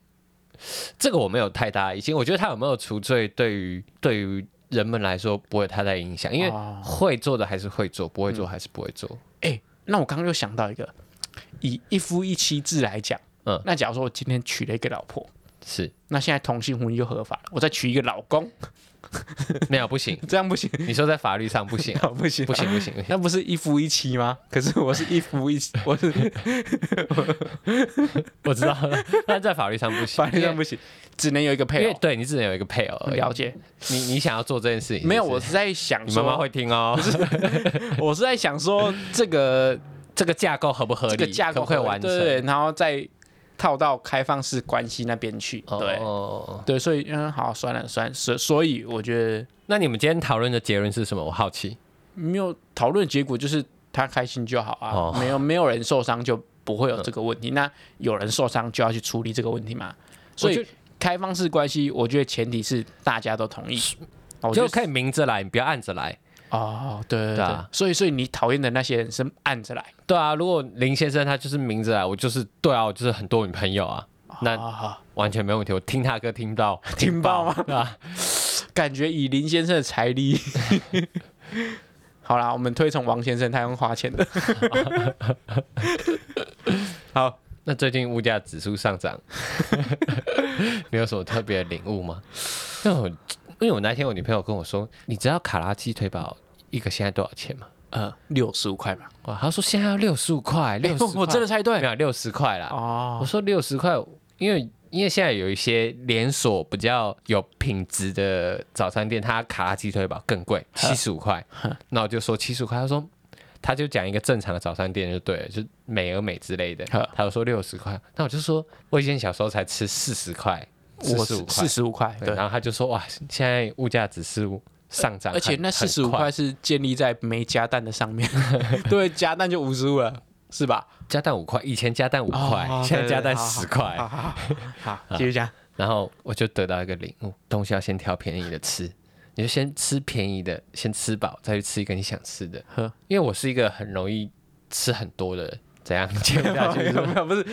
[SPEAKER 2] 这个我没有太大意见，我觉得他有没有除罪，对于对于人们来说不会太大影响，因为
[SPEAKER 1] 哦
[SPEAKER 2] 会做的还是会做，不会
[SPEAKER 1] 嗯
[SPEAKER 2] 做还是不会做。
[SPEAKER 1] 哎、那我刚刚又想到一个，以一夫一妻制来讲，嗯
[SPEAKER 2] 嗯，
[SPEAKER 1] 那假如说我今天娶了一个老婆，
[SPEAKER 2] 是
[SPEAKER 1] 那现在同性婚姻就合法了，我再娶一个老公，
[SPEAKER 2] 没有不行，
[SPEAKER 1] 这样不行，，
[SPEAKER 2] 你说在法律上不行
[SPEAKER 1] 啊、不行，
[SPEAKER 2] 不行不行，不行
[SPEAKER 1] 那不是一夫一妻吗？可是我是一夫一，我 是
[SPEAKER 2] 我知道， 但在法律上不行，
[SPEAKER 1] 法律上不行，只能有一个配哦
[SPEAKER 2] 因为，因为
[SPEAKER 1] 偶。
[SPEAKER 2] 对你只能有一个配偶而已。
[SPEAKER 1] 了解，
[SPEAKER 2] 你你想要做这件事情是不是，
[SPEAKER 1] 没有，我是在想
[SPEAKER 2] 你妈
[SPEAKER 1] 说，
[SPEAKER 2] 妈会听哦。
[SPEAKER 1] 我是在想 说这个
[SPEAKER 2] 这个架构合不合理？
[SPEAKER 1] 这个架构
[SPEAKER 2] 可不可以完成？
[SPEAKER 1] 对对，对然后再套到开放式关系那边去，
[SPEAKER 2] 哦
[SPEAKER 1] 对。对，所以嗯，好，算了，算了，所所以我觉得
[SPEAKER 2] 那你们今天讨论的结论是什么？我好奇。
[SPEAKER 1] 没有讨论结果，就是他开心就好啊，
[SPEAKER 2] 哦
[SPEAKER 1] 没有没有人受伤就不会有这个问题。那有人受伤就要去处理这个问题嘛？所
[SPEAKER 2] 我
[SPEAKER 1] 以
[SPEAKER 2] 觉
[SPEAKER 1] 开放式关系，我觉得前提是大家都同意。哦我觉
[SPEAKER 2] 就
[SPEAKER 1] 得
[SPEAKER 2] 可以明着来，你不要暗着来。
[SPEAKER 1] 哦，对对对
[SPEAKER 2] 对啊
[SPEAKER 1] 所以所以你讨厌的那些人是暗着来，
[SPEAKER 2] 对啊，如果林先生他就是明着来，我就是对啊，我就是很多女朋友啊，那
[SPEAKER 1] 好好
[SPEAKER 2] 完全没问题。我听他歌听到
[SPEAKER 1] 听爆 吗？
[SPEAKER 2] 对啊，
[SPEAKER 1] 感觉以林先生的财力， 好啦，我们推崇王先生，他用花钱的。
[SPEAKER 2] 好，那最近物价指数上涨， 你有什么特别的领悟吗？因为我因为我那天我女朋友跟我说，你知道卡拉鸡腿堡一个现在多少钱吗？
[SPEAKER 1] 呃，六十五块吧。
[SPEAKER 2] 哇，她说现在要六十五块，六十、
[SPEAKER 1] 我真的猜对
[SPEAKER 2] 没有六十块啦。我
[SPEAKER 1] 哦，
[SPEAKER 2] 说六十块，因为因为现在有一些连锁比较有品质的早餐店，它卡拉鸡腿堡更 贵，七十五块。那我就说七十五块，他说他就讲一个正常的早餐店就对了，就美而美之类的
[SPEAKER 1] 呵。
[SPEAKER 2] 他就说六十块，那我就说我以前小时候才吃四十块，四
[SPEAKER 1] 我
[SPEAKER 2] 十五块
[SPEAKER 1] 四。十五块，
[SPEAKER 2] 对
[SPEAKER 1] 对。
[SPEAKER 2] 然后他就说哇，现在物价指数上涨很，
[SPEAKER 1] 而且那四
[SPEAKER 2] 很
[SPEAKER 1] 十五块是建立在没加蛋的上 面，对，加蛋就五十五了，是吧？
[SPEAKER 2] 加蛋五块，以前加蛋五块
[SPEAKER 1] 哦，
[SPEAKER 2] 现在加
[SPEAKER 1] 对对对
[SPEAKER 2] 蛋
[SPEAKER 1] 好
[SPEAKER 2] 十块。
[SPEAKER 1] 好 好好，好继续讲。
[SPEAKER 2] 然后我就得到一个领悟：东西要先挑便宜的吃，你就先吃便宜的，先吃饱，再去吃一个你想吃的
[SPEAKER 1] 呵。
[SPEAKER 2] 因为我是一个很容易吃很多的人，怎样接不下去 是
[SPEAKER 1] 没
[SPEAKER 2] 吧？
[SPEAKER 1] 有，不是，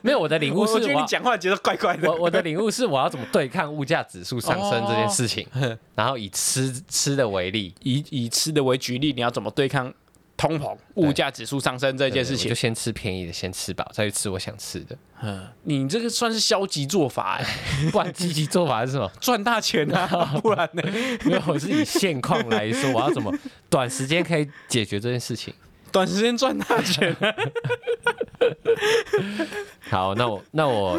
[SPEAKER 2] 没有，我的领悟
[SPEAKER 1] 我
[SPEAKER 2] 是
[SPEAKER 1] 我觉得
[SPEAKER 2] 我
[SPEAKER 1] 你讲话觉得怪怪的。
[SPEAKER 2] 我我的领悟是我要怎么对抗物价指数上升这件事情，
[SPEAKER 1] 呵
[SPEAKER 2] 然后以吃吃的为例。
[SPEAKER 1] 以以吃的为举例，你要怎么对抗通膨、物价指数上升这
[SPEAKER 2] 这
[SPEAKER 1] 件事
[SPEAKER 2] 就
[SPEAKER 1] 情？
[SPEAKER 2] 先吃便宜的，先吃饱，再去吃我想吃的。
[SPEAKER 1] 嗯，你这个算是消极做法、哎
[SPEAKER 2] 不然积极做法是什么？
[SPEAKER 1] 赚大钱 啊，不然呢？
[SPEAKER 2] 没有，我是以现况来说，我要怎么短时间可以解决这件事情。
[SPEAKER 1] 短时间赚大钱、啊
[SPEAKER 2] 好，那我 那我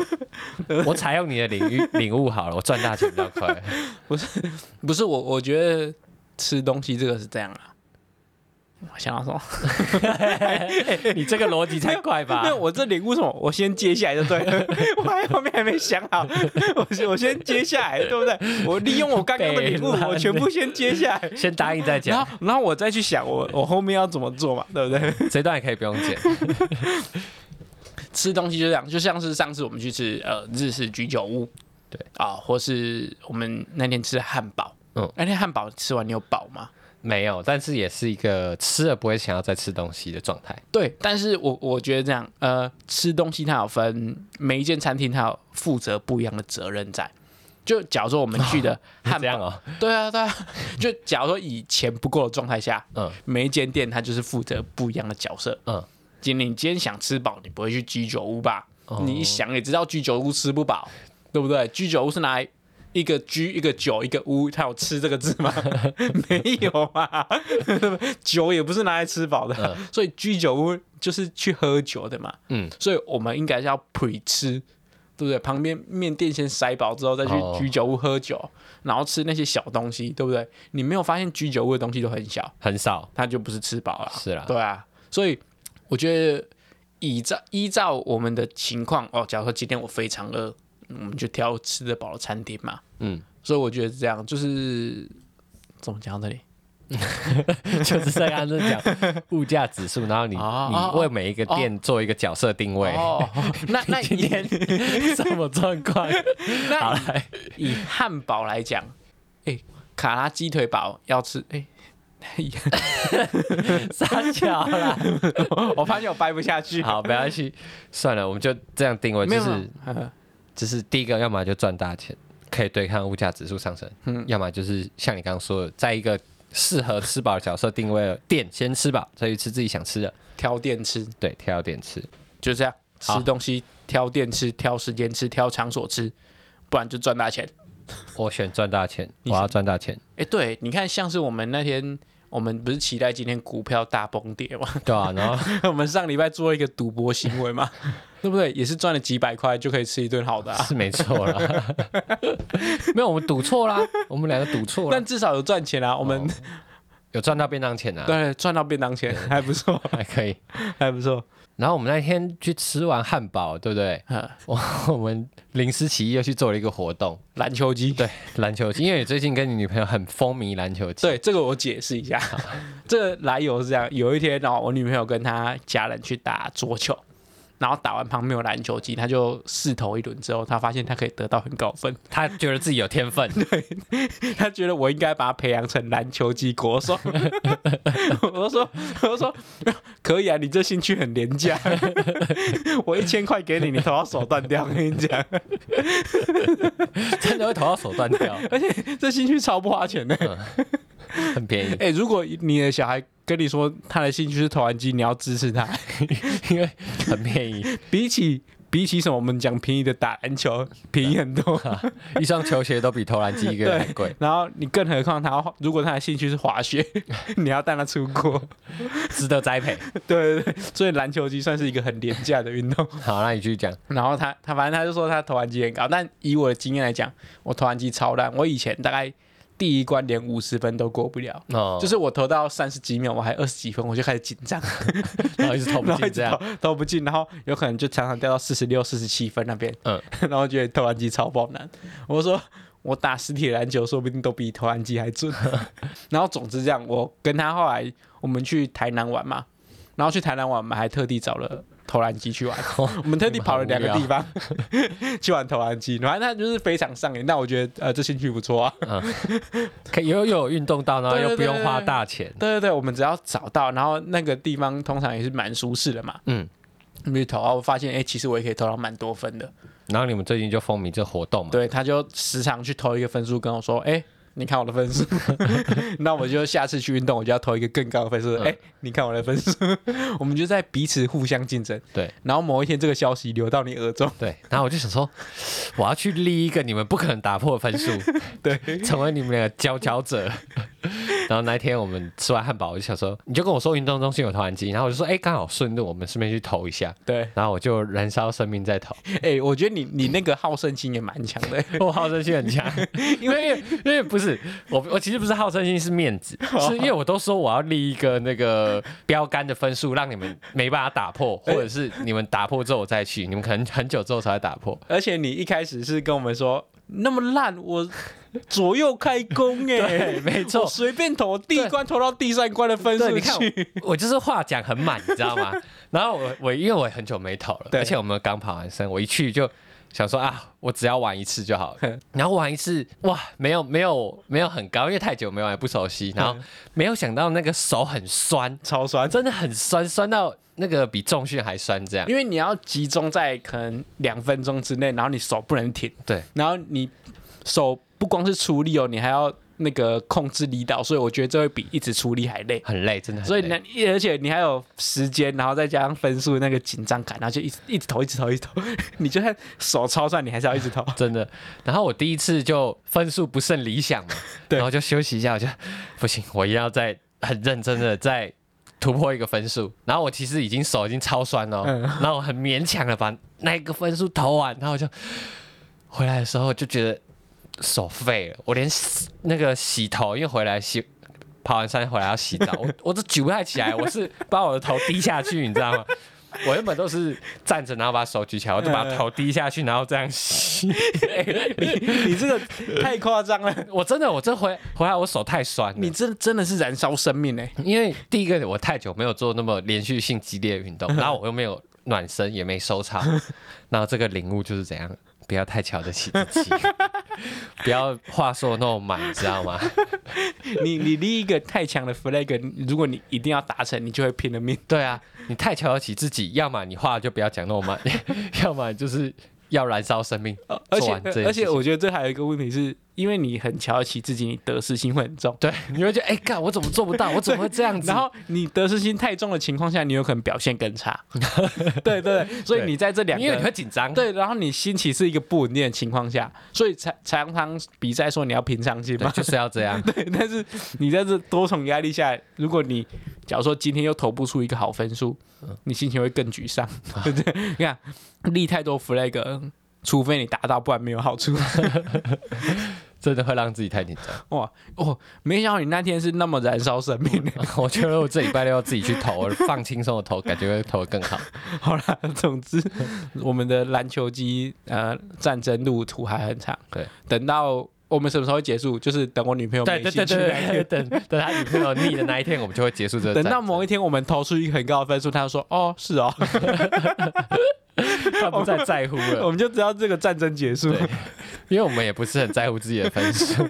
[SPEAKER 2] 我采用你的领域领悟好了，我赚大钱比较快。
[SPEAKER 1] 不是我，我觉得吃东西这个是这样啊。我想要说，
[SPEAKER 2] 你这个逻辑才怪 吧
[SPEAKER 1] 没？有，我这领悟什么？我先接下来就对了， 我还后面还没想好，我先我先接下来，对不对？我利用我刚刚的领悟，
[SPEAKER 2] 北兰
[SPEAKER 1] 我全部先接下来，
[SPEAKER 2] 先答应再
[SPEAKER 1] 然
[SPEAKER 2] 讲，
[SPEAKER 1] 后然后我再去想我我后面要怎么做嘛，对不对？
[SPEAKER 2] 这段也可以不用剪。
[SPEAKER 1] 吃东西就这样，就像是上次我们去吃呃日式居酒屋，
[SPEAKER 2] 对
[SPEAKER 1] 啊，或是我们那天吃汉堡，嗯
[SPEAKER 2] 嗯，
[SPEAKER 1] 那天汉堡吃完你有饱吗？
[SPEAKER 2] 没有，但是也是一个吃了不会想要再吃东西的状态。
[SPEAKER 1] 对，但是我我觉得这样，呃，吃东西它有分每一间餐厅它有负责不一样的责任在。就假如说我们去的汉
[SPEAKER 2] 是这样
[SPEAKER 1] 堡，
[SPEAKER 2] 哦，
[SPEAKER 1] 对啊对啊， 就假如说以钱不够的状态下，
[SPEAKER 2] 嗯
[SPEAKER 1] 每一间店它就是负责不一样的角色。
[SPEAKER 2] 嗯，
[SPEAKER 1] 今天你今天想吃饱，你不会去居酒屋吧？
[SPEAKER 2] 哦
[SPEAKER 1] 你一想也知道居酒屋吃不饱，对不对？居酒屋是拿来一个居一个酒一个屋，它有吃这个字 吗？没有嘛， 酒也不是拿来吃饱的，所以居酒屋就是去喝酒的嘛。
[SPEAKER 2] 嗯，
[SPEAKER 1] 所以我们应该是要 pre 吃，对不对？旁边面店先塞饱之后，再去
[SPEAKER 2] 哦
[SPEAKER 1] 居酒屋喝酒，然后吃那些小东西，对不对？你没有发现居酒屋的东西都很小，
[SPEAKER 2] 很少。
[SPEAKER 1] 它就不是吃饱了。
[SPEAKER 2] 是啦，
[SPEAKER 1] 对啊，所以我觉得依照依照我们的情况哦，假如说今天我非常饿，嗯我们就挑吃得饱的餐厅嘛。
[SPEAKER 2] 嗯，
[SPEAKER 1] 所以我觉得是这样就是怎么讲到这里
[SPEAKER 2] 就是这样子讲物价指数，然后你
[SPEAKER 1] 哦哦
[SPEAKER 2] 你为每一个店做一个角色定位。
[SPEAKER 1] 哦，那 那
[SPEAKER 2] 今
[SPEAKER 1] 以
[SPEAKER 2] 天什么状况？好
[SPEAKER 1] 那
[SPEAKER 2] 来，
[SPEAKER 1] 以汉堡来讲，哎、卡拉鸡腿堡要吃哎。
[SPEAKER 2] 傻笑啦。
[SPEAKER 1] 我发现我掰不下去。
[SPEAKER 2] 好，不要去，算了，我们就这样定位，
[SPEAKER 1] 没
[SPEAKER 2] 就
[SPEAKER 1] 有，
[SPEAKER 2] 是
[SPEAKER 1] 没有
[SPEAKER 2] 就是第一个，要么就赚大钱，可以对抗物价指数上升；
[SPEAKER 1] 嗯
[SPEAKER 2] 要么就是像你刚刚说的，在一个适合吃饱的角色定位了店，先吃饱，再去吃自己想吃的，
[SPEAKER 1] 挑店吃，
[SPEAKER 2] 对，挑点吃。
[SPEAKER 1] 就这样，吃
[SPEAKER 2] 好
[SPEAKER 1] 东西挑店吃，挑时间吃，挑场所吃，不然就赚大钱。
[SPEAKER 2] 我选赚大钱，
[SPEAKER 1] 你
[SPEAKER 2] 我要赚 大钱，
[SPEAKER 1] 哎，对，你看，像是我们那天。我们不是期待今天股票大崩跌吗？
[SPEAKER 2] 对啊，然后
[SPEAKER 1] 我们上礼拜做了一个赌博行为嘛， 对不对？也是赚了几百块就可以吃一顿好的、啊，
[SPEAKER 2] 是没错 啦，没有，我们赌错啦，我们两个赌错
[SPEAKER 1] 但
[SPEAKER 2] 了，
[SPEAKER 1] 至少有赚钱啊。我们、
[SPEAKER 2] 有赚到便当钱啊，
[SPEAKER 1] 对赚到便当钱还不错，
[SPEAKER 2] 还可以。
[SPEAKER 1] 还不错。
[SPEAKER 2] 然后我们那天去吃完汉堡，对不对？
[SPEAKER 1] 嗯
[SPEAKER 2] 我我们临时起意又去做了一个活动，
[SPEAKER 1] 篮球机，
[SPEAKER 2] 对，篮球机，因为你最近跟你女朋友很风靡篮球机，
[SPEAKER 1] 对，这个我解释一下， 这个来由是这样：有一天哦，我女朋友跟她家人去打桌球，然后打完旁边有篮球机，她就试投一轮之后，她发现她可以得到很高分，
[SPEAKER 2] 她觉得自己有天 分，
[SPEAKER 1] 她觉得我应该把她培养成篮球机国手。 我就说，我就说可以啊，你这兴趣很廉价， 我一千块给你，你投到手断掉，我跟你讲，
[SPEAKER 2] 真的会投到手断 掉，
[SPEAKER 1] 这兴趣超不花钱的。
[SPEAKER 2] 很便宜，
[SPEAKER 1] 哎、如果你的小孩跟你说他的兴趣是投篮机，你要支持他。
[SPEAKER 2] 因为很便宜，
[SPEAKER 1] 比起比起什么，我们讲便宜的打篮球便宜很多。
[SPEAKER 2] 一双球鞋都比投篮机一个人还贵，
[SPEAKER 1] 然后你更何况他要，如果他的兴趣是滑 雪，你要带他出国。
[SPEAKER 2] 值得栽培。
[SPEAKER 1] 对对对，所以篮球机算是一个很廉价的运动。
[SPEAKER 2] 好，那你继续讲，
[SPEAKER 1] 然后他他反正他就说他投篮机很高，但以我的经验来讲，我投篮机超烂。我以前大概第一关连五十分都过不了。
[SPEAKER 2] 哦，
[SPEAKER 1] 就是我投到三十几秒，我还二十几分，我就开始紧张，
[SPEAKER 2] 然后一直投不
[SPEAKER 1] 然后一
[SPEAKER 2] 进
[SPEAKER 1] 直
[SPEAKER 2] 这样
[SPEAKER 1] 投，投不进，然后有可能就常常掉到四十六、四十七分那边。
[SPEAKER 2] 嗯，
[SPEAKER 1] 然后觉得投篮机超爆难。我说我打实体篮球，说不定都比投篮机还准。 然后总之这样，我跟他后来我们去台南玩嘛，然后去台南玩，我们还特地找了投篮机 去玩，我们特地跑了两个地方 去玩投篮机，反正他就是非常上瘾。但我觉得呃，这兴趣不错啊。
[SPEAKER 2] 可以又又有运动到，然后又不用花大钱，
[SPEAKER 1] 对对对，我们只要找到，然后那个地方通常也是蛮舒适的嘛。
[SPEAKER 2] 嗯，
[SPEAKER 1] 我们去投，然后我发现哎、诶其实我也可以投到蛮多分的。
[SPEAKER 2] 然后你们最近就风靡这活动嘛，
[SPEAKER 1] 对，他就时常去投一个分数跟我说，哎、你看我的分 数，那我就下次去运动，我就要投一个更高的分数。
[SPEAKER 2] 嗯
[SPEAKER 1] 哎、你看我的分数， 我们就在彼此互相竞争。
[SPEAKER 2] 对
[SPEAKER 1] 然后某一天这个消息流到你耳中，
[SPEAKER 2] 对，然后我就想说，我要去立一个你们不可能打破的 分数，
[SPEAKER 1] 对，
[SPEAKER 2] 成为你们的佼佼者。 然后那一天我们吃完汉堡，我就想说，你就跟我说运动中心有投篮机，然后我就说，哎，刚好顺路，我们顺便去投一下。
[SPEAKER 1] 对，
[SPEAKER 2] 然后我就燃烧生命在 投，
[SPEAKER 1] 哎、我觉得你你那个好胜心也蛮强的、
[SPEAKER 2] 我好胜心很强， 因为因为不是我我其实不是好胜心是面 子，是因为我都说我要立一个那个标杆的分数，让你们没办法打破，或者是你们打破之后我再去，你们可能很久之后才会打 破。
[SPEAKER 1] 而且你一开始是跟我们说那么烂，我左右开弓哎、
[SPEAKER 2] 对没错
[SPEAKER 1] 我随便投，第一关投到第三关的分
[SPEAKER 2] 对，
[SPEAKER 1] 数
[SPEAKER 2] 你看
[SPEAKER 1] 去，
[SPEAKER 2] 我，我就是话讲很满，你知道吗？然后我我因为我很久没投了，
[SPEAKER 1] 对
[SPEAKER 2] 而且我们刚跑完山，我一去就想说啊，我只要玩一次就好了
[SPEAKER 1] 嗯。
[SPEAKER 2] 然后玩一次，哇，没有没有没有很高，因为太久没玩也不熟悉。然后没有想到那个手很酸，
[SPEAKER 1] 超酸。
[SPEAKER 2] 真的很酸，酸到那个比重训还酸这样。
[SPEAKER 1] 因为你要集中在可能两分钟之内，然后你手不能停，
[SPEAKER 2] 对，
[SPEAKER 1] 然后你手不光是出力哦，你还要那个控制力道，所以我觉得这会比一直出力还哎累。
[SPEAKER 2] 很累，真的很累。
[SPEAKER 1] 所以呢，而且你还有时间，然后再加上分数那个紧张感，然后就一直一直投，一直投，一直 投。你就算手超算，你还是要一直投。
[SPEAKER 2] 真的。然后我第一次就分数不甚理想嘛，
[SPEAKER 1] 对
[SPEAKER 2] 然后就休息一下，我就不行，我一定要再很认真的再突破一个分数。然后我其实已经手已经超酸了哦、
[SPEAKER 1] 嗯
[SPEAKER 2] 然后我很勉强的把那一个分数投完，然后我就回来的时候就觉得手废了，我连洗那个洗头，因为回来洗。跑完山回来要洗澡，我我都举不太起来，我是把我的头低下去，你知道吗？我原本都是站着，然后把手举起来，我就把
[SPEAKER 1] 嗯
[SPEAKER 2] 头低下去，然后这样洗。
[SPEAKER 1] 你你这个太夸张 了，
[SPEAKER 2] 我真的，我这回回来我手太酸了。
[SPEAKER 1] 你这真的是燃烧生命哎、
[SPEAKER 2] 因为第一个我太久没有做那么连续性激烈的运 动，然后我又没有 暖身，也没收操，然后这个领悟就是怎样，不要太瞧得起自己。不要话说那么满，你知道吗？
[SPEAKER 1] 你你立一个太强的 flag，如果你一定要达成，你就会拼了命。
[SPEAKER 2] 对啊，你太瞧得起自己，要么你话就不要讲那么满， 要么就是要燃烧生命
[SPEAKER 1] 呃， 而
[SPEAKER 2] 哦做
[SPEAKER 1] 且
[SPEAKER 2] 完这件事情。
[SPEAKER 1] 而且我觉得这还有一个问题是，因为你很瞧得起自己，你得失心会很重。
[SPEAKER 2] 对，你会觉得哎，干、我怎么做不到？我怎么会这样 子？
[SPEAKER 1] 然后你得失心太重的情况下，你有可能表现更 差。对对对，所以
[SPEAKER 2] 对
[SPEAKER 1] 你在这两
[SPEAKER 2] 因为你会
[SPEAKER 1] 个
[SPEAKER 2] 紧张，，
[SPEAKER 1] 对，然后你心情是一个不稳定的情况下，所以才常常比赛说你要平常心
[SPEAKER 2] 对
[SPEAKER 1] 嘛。
[SPEAKER 2] 就是要这样。
[SPEAKER 1] 对，但是你在这多重压力下，如果你假如说今天又投不出一个好分数，
[SPEAKER 2] 嗯
[SPEAKER 1] 你心情会更沮 丧，对不对？你看立太多 flag，除非你达到，不然没有好处。
[SPEAKER 2] 真的会让自己太紧张。
[SPEAKER 1] 哇哦，没想到你那天是那么燃烧生命。
[SPEAKER 2] 我觉得我这礼拜六要自己去投，我放轻松的投，感觉会投的更好。
[SPEAKER 1] 好啦，总之我们的篮球机呃战争路途还很长，
[SPEAKER 2] 对，
[SPEAKER 1] 等到。我们什么时候会结束？就是等我女朋友没兴趣那一 天。
[SPEAKER 2] 等等他女朋友腻的那一天，我们就会结束 这个
[SPEAKER 1] 等
[SPEAKER 2] 战争。
[SPEAKER 1] 到某一天我们投出一个很高的分数，她就说：“哦，是哦。”
[SPEAKER 2] 他不再在乎
[SPEAKER 1] 我
[SPEAKER 2] 了，
[SPEAKER 1] 们就知道这个战争结束。
[SPEAKER 2] 对因为我们也不是很在乎自己的分 数。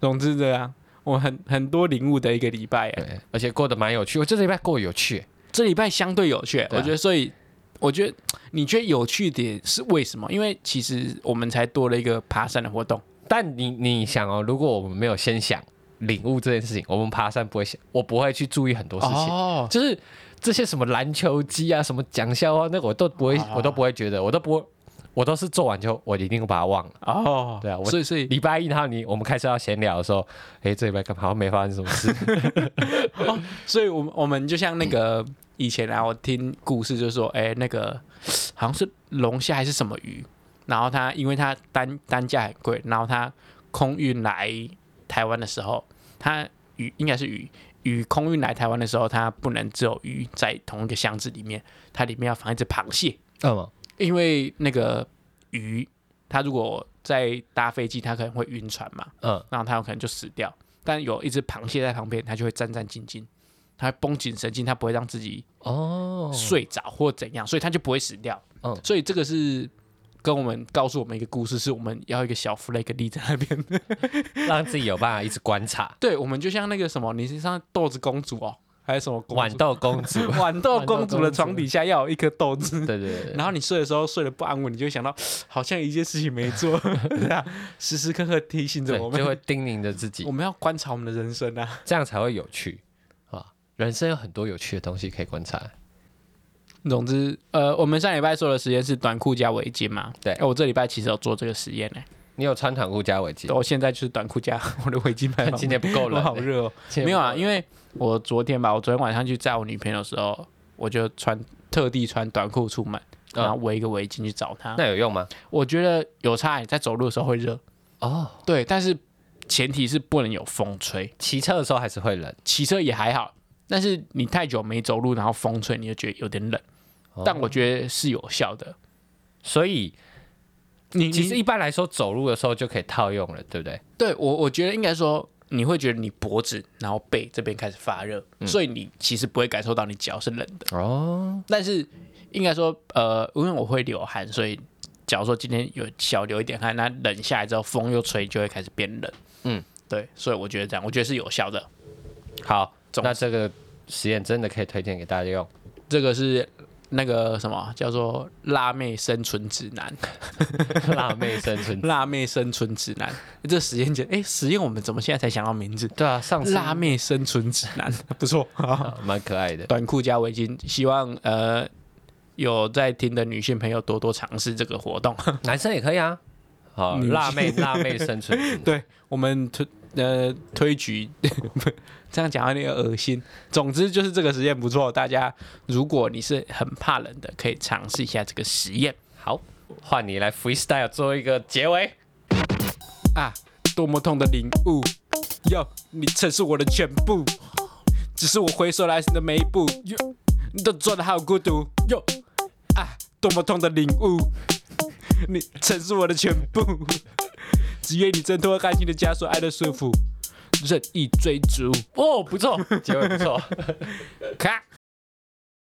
[SPEAKER 1] 总之这样，我很很多领悟的一个礼拜耶，
[SPEAKER 2] 对，而且过得蛮有趣。我这礼拜过得有趣，
[SPEAKER 1] 这礼拜相对有趣，
[SPEAKER 2] 对啊
[SPEAKER 1] 我觉得所以。我觉得你觉得有趣点是为什么？因为其实我们才多了一个爬山的活动，
[SPEAKER 2] 但你你想哦，如果我们没有先想领悟这件事情，我们爬山不会想，我不会去注意很多事情。
[SPEAKER 1] 哦，
[SPEAKER 2] 就是这些什么篮球机啊，什么讲笑话，那个我都不会，我都不会觉得，我都不会，我都是做完就我一定把它忘了。
[SPEAKER 1] 哦，
[SPEAKER 2] 对啊我
[SPEAKER 1] 所以所以
[SPEAKER 2] 礼拜一，然后你我们开始要闲聊的时候，哎，这礼拜干嘛？好像没发生什 么事。
[SPEAKER 1] 所以我们我们就像那个以前啊，我听故事就说，哎，那个好像是龙虾还是什么鱼，然后它因为它单单价很贵，然后它空运来台湾的时候，它鱼应该是鱼。鱼空运来台湾的时候，它不能只有鱼在同一个箱子里面，它里面要放一只螃蟹，
[SPEAKER 2] 嗯，
[SPEAKER 1] 因为那个鱼，它如果在搭飞机，它可能会晕船嘛，
[SPEAKER 2] 嗯，
[SPEAKER 1] 然后它有可能就死掉。但有一只螃蟹在旁边，它就会战战兢兢，它会绷紧神经，它不会让自己
[SPEAKER 2] 哦，
[SPEAKER 1] 睡着或怎样，所以它就不会死掉。
[SPEAKER 2] 嗯
[SPEAKER 1] 所以这个是跟我们告诉我们一个故事，是我们要一个小 flag 立在那 边。
[SPEAKER 2] 让自己有办法一直观察。
[SPEAKER 1] 对，我们就像那个什么，你是像豆子公主哦，还是什么公
[SPEAKER 2] 豌
[SPEAKER 1] 主？
[SPEAKER 2] 豆公主，
[SPEAKER 1] 豌豆
[SPEAKER 2] 豌豆
[SPEAKER 1] 公主的
[SPEAKER 2] 公主
[SPEAKER 1] 床底下要有一颗豆子。
[SPEAKER 2] 对对对，
[SPEAKER 1] 然后你睡的时候睡得不安稳，你就会想到 好像一件事情没做， 对啊，时时刻刻提醒着
[SPEAKER 2] 对
[SPEAKER 1] 我
[SPEAKER 2] 就
[SPEAKER 1] 们，
[SPEAKER 2] 会叮咛着自己
[SPEAKER 1] 我，们要观察我们的人生啊。
[SPEAKER 2] 这样才会有趣啊！人生有很多有趣的东西可以观察。
[SPEAKER 1] 总之，呃，我们上礼拜做的实验是短裤加围巾嘛，
[SPEAKER 2] 对
[SPEAKER 1] 哎我这礼拜其实有做这个实验呢、
[SPEAKER 2] 你有穿短裤加围巾
[SPEAKER 1] 对，我现在就是短裤加我的围巾摆在旁边，
[SPEAKER 2] 今天不够冷
[SPEAKER 1] 我好热哦。
[SPEAKER 2] 今天
[SPEAKER 1] 没有啊，
[SPEAKER 2] 不够冷
[SPEAKER 1] 因为我昨天吧，我昨天晚上去载我女朋友的时候，我就穿特地穿短裤出门，
[SPEAKER 2] 嗯
[SPEAKER 1] 然后围一个围巾去找她。
[SPEAKER 2] 那有用吗？
[SPEAKER 1] 我觉得有差，欸你在走路的时候会热，
[SPEAKER 2] 哦，
[SPEAKER 1] 对，但是前提是不能有风吹。
[SPEAKER 2] 骑车的时候还是会冷。
[SPEAKER 1] 骑车也还好，但是你太久没走路，然后风吹，你就觉得有点冷。
[SPEAKER 2] 哦
[SPEAKER 1] 但我觉得是有效的。
[SPEAKER 2] 所以
[SPEAKER 1] 你
[SPEAKER 2] 其实
[SPEAKER 1] 你
[SPEAKER 2] 一般来说走路的时候就可以套用了，对不对？
[SPEAKER 1] 对我，我觉得应该说，你会觉得你脖子然后背这边开始发热，所以你其实不会感受到你脚是冷的。
[SPEAKER 2] 哦，
[SPEAKER 1] 但是应该说，呃，因为我会流汗，所以假如说今天有小流一点汗，那冷下来之后风又吹，就会开始变冷。
[SPEAKER 2] 嗯，
[SPEAKER 1] 对，所以我觉得这样，我觉得是有效的。
[SPEAKER 2] 好，
[SPEAKER 1] 总
[SPEAKER 2] 那这个实验真的可以推荐给大家用。
[SPEAKER 1] 这个是那个什么叫做辣妹生存指南。
[SPEAKER 2] 辣妹生 存，
[SPEAKER 1] 辣妹生存指南，欸这实验节，哎、实验我们怎么现在才想到名字？
[SPEAKER 2] 对啊，上次
[SPEAKER 1] 辣妹生存指南， 不错，好
[SPEAKER 2] 啊蛮可爱的。
[SPEAKER 1] 短裤加围巾，希望呃有在听的女性朋友多多尝试这个活动。
[SPEAKER 2] 男生也可以啊。好，
[SPEAKER 1] 女
[SPEAKER 2] 辣妹辣妹生存，
[SPEAKER 1] 对我们推呃推举， 这样讲有点恶心。总之就是这个实验不错，大家如果你是很怕冷的，可以尝试一下这个实验
[SPEAKER 2] 好，换你来 freestyle 做一个结尾。
[SPEAKER 1] 啊！多么痛的领悟，哟，你曾是我的全部，只是我回首来时的每一步。
[SPEAKER 2] 哟
[SPEAKER 1] 你都做的好孤独
[SPEAKER 2] 哟，
[SPEAKER 1] 啊！多么痛的领悟，你曾是我的全部，只愿你挣脱爱情的枷锁，爱的束缚，任意追逐。
[SPEAKER 2] 哦，不错，结尾不错。
[SPEAKER 1] 咔。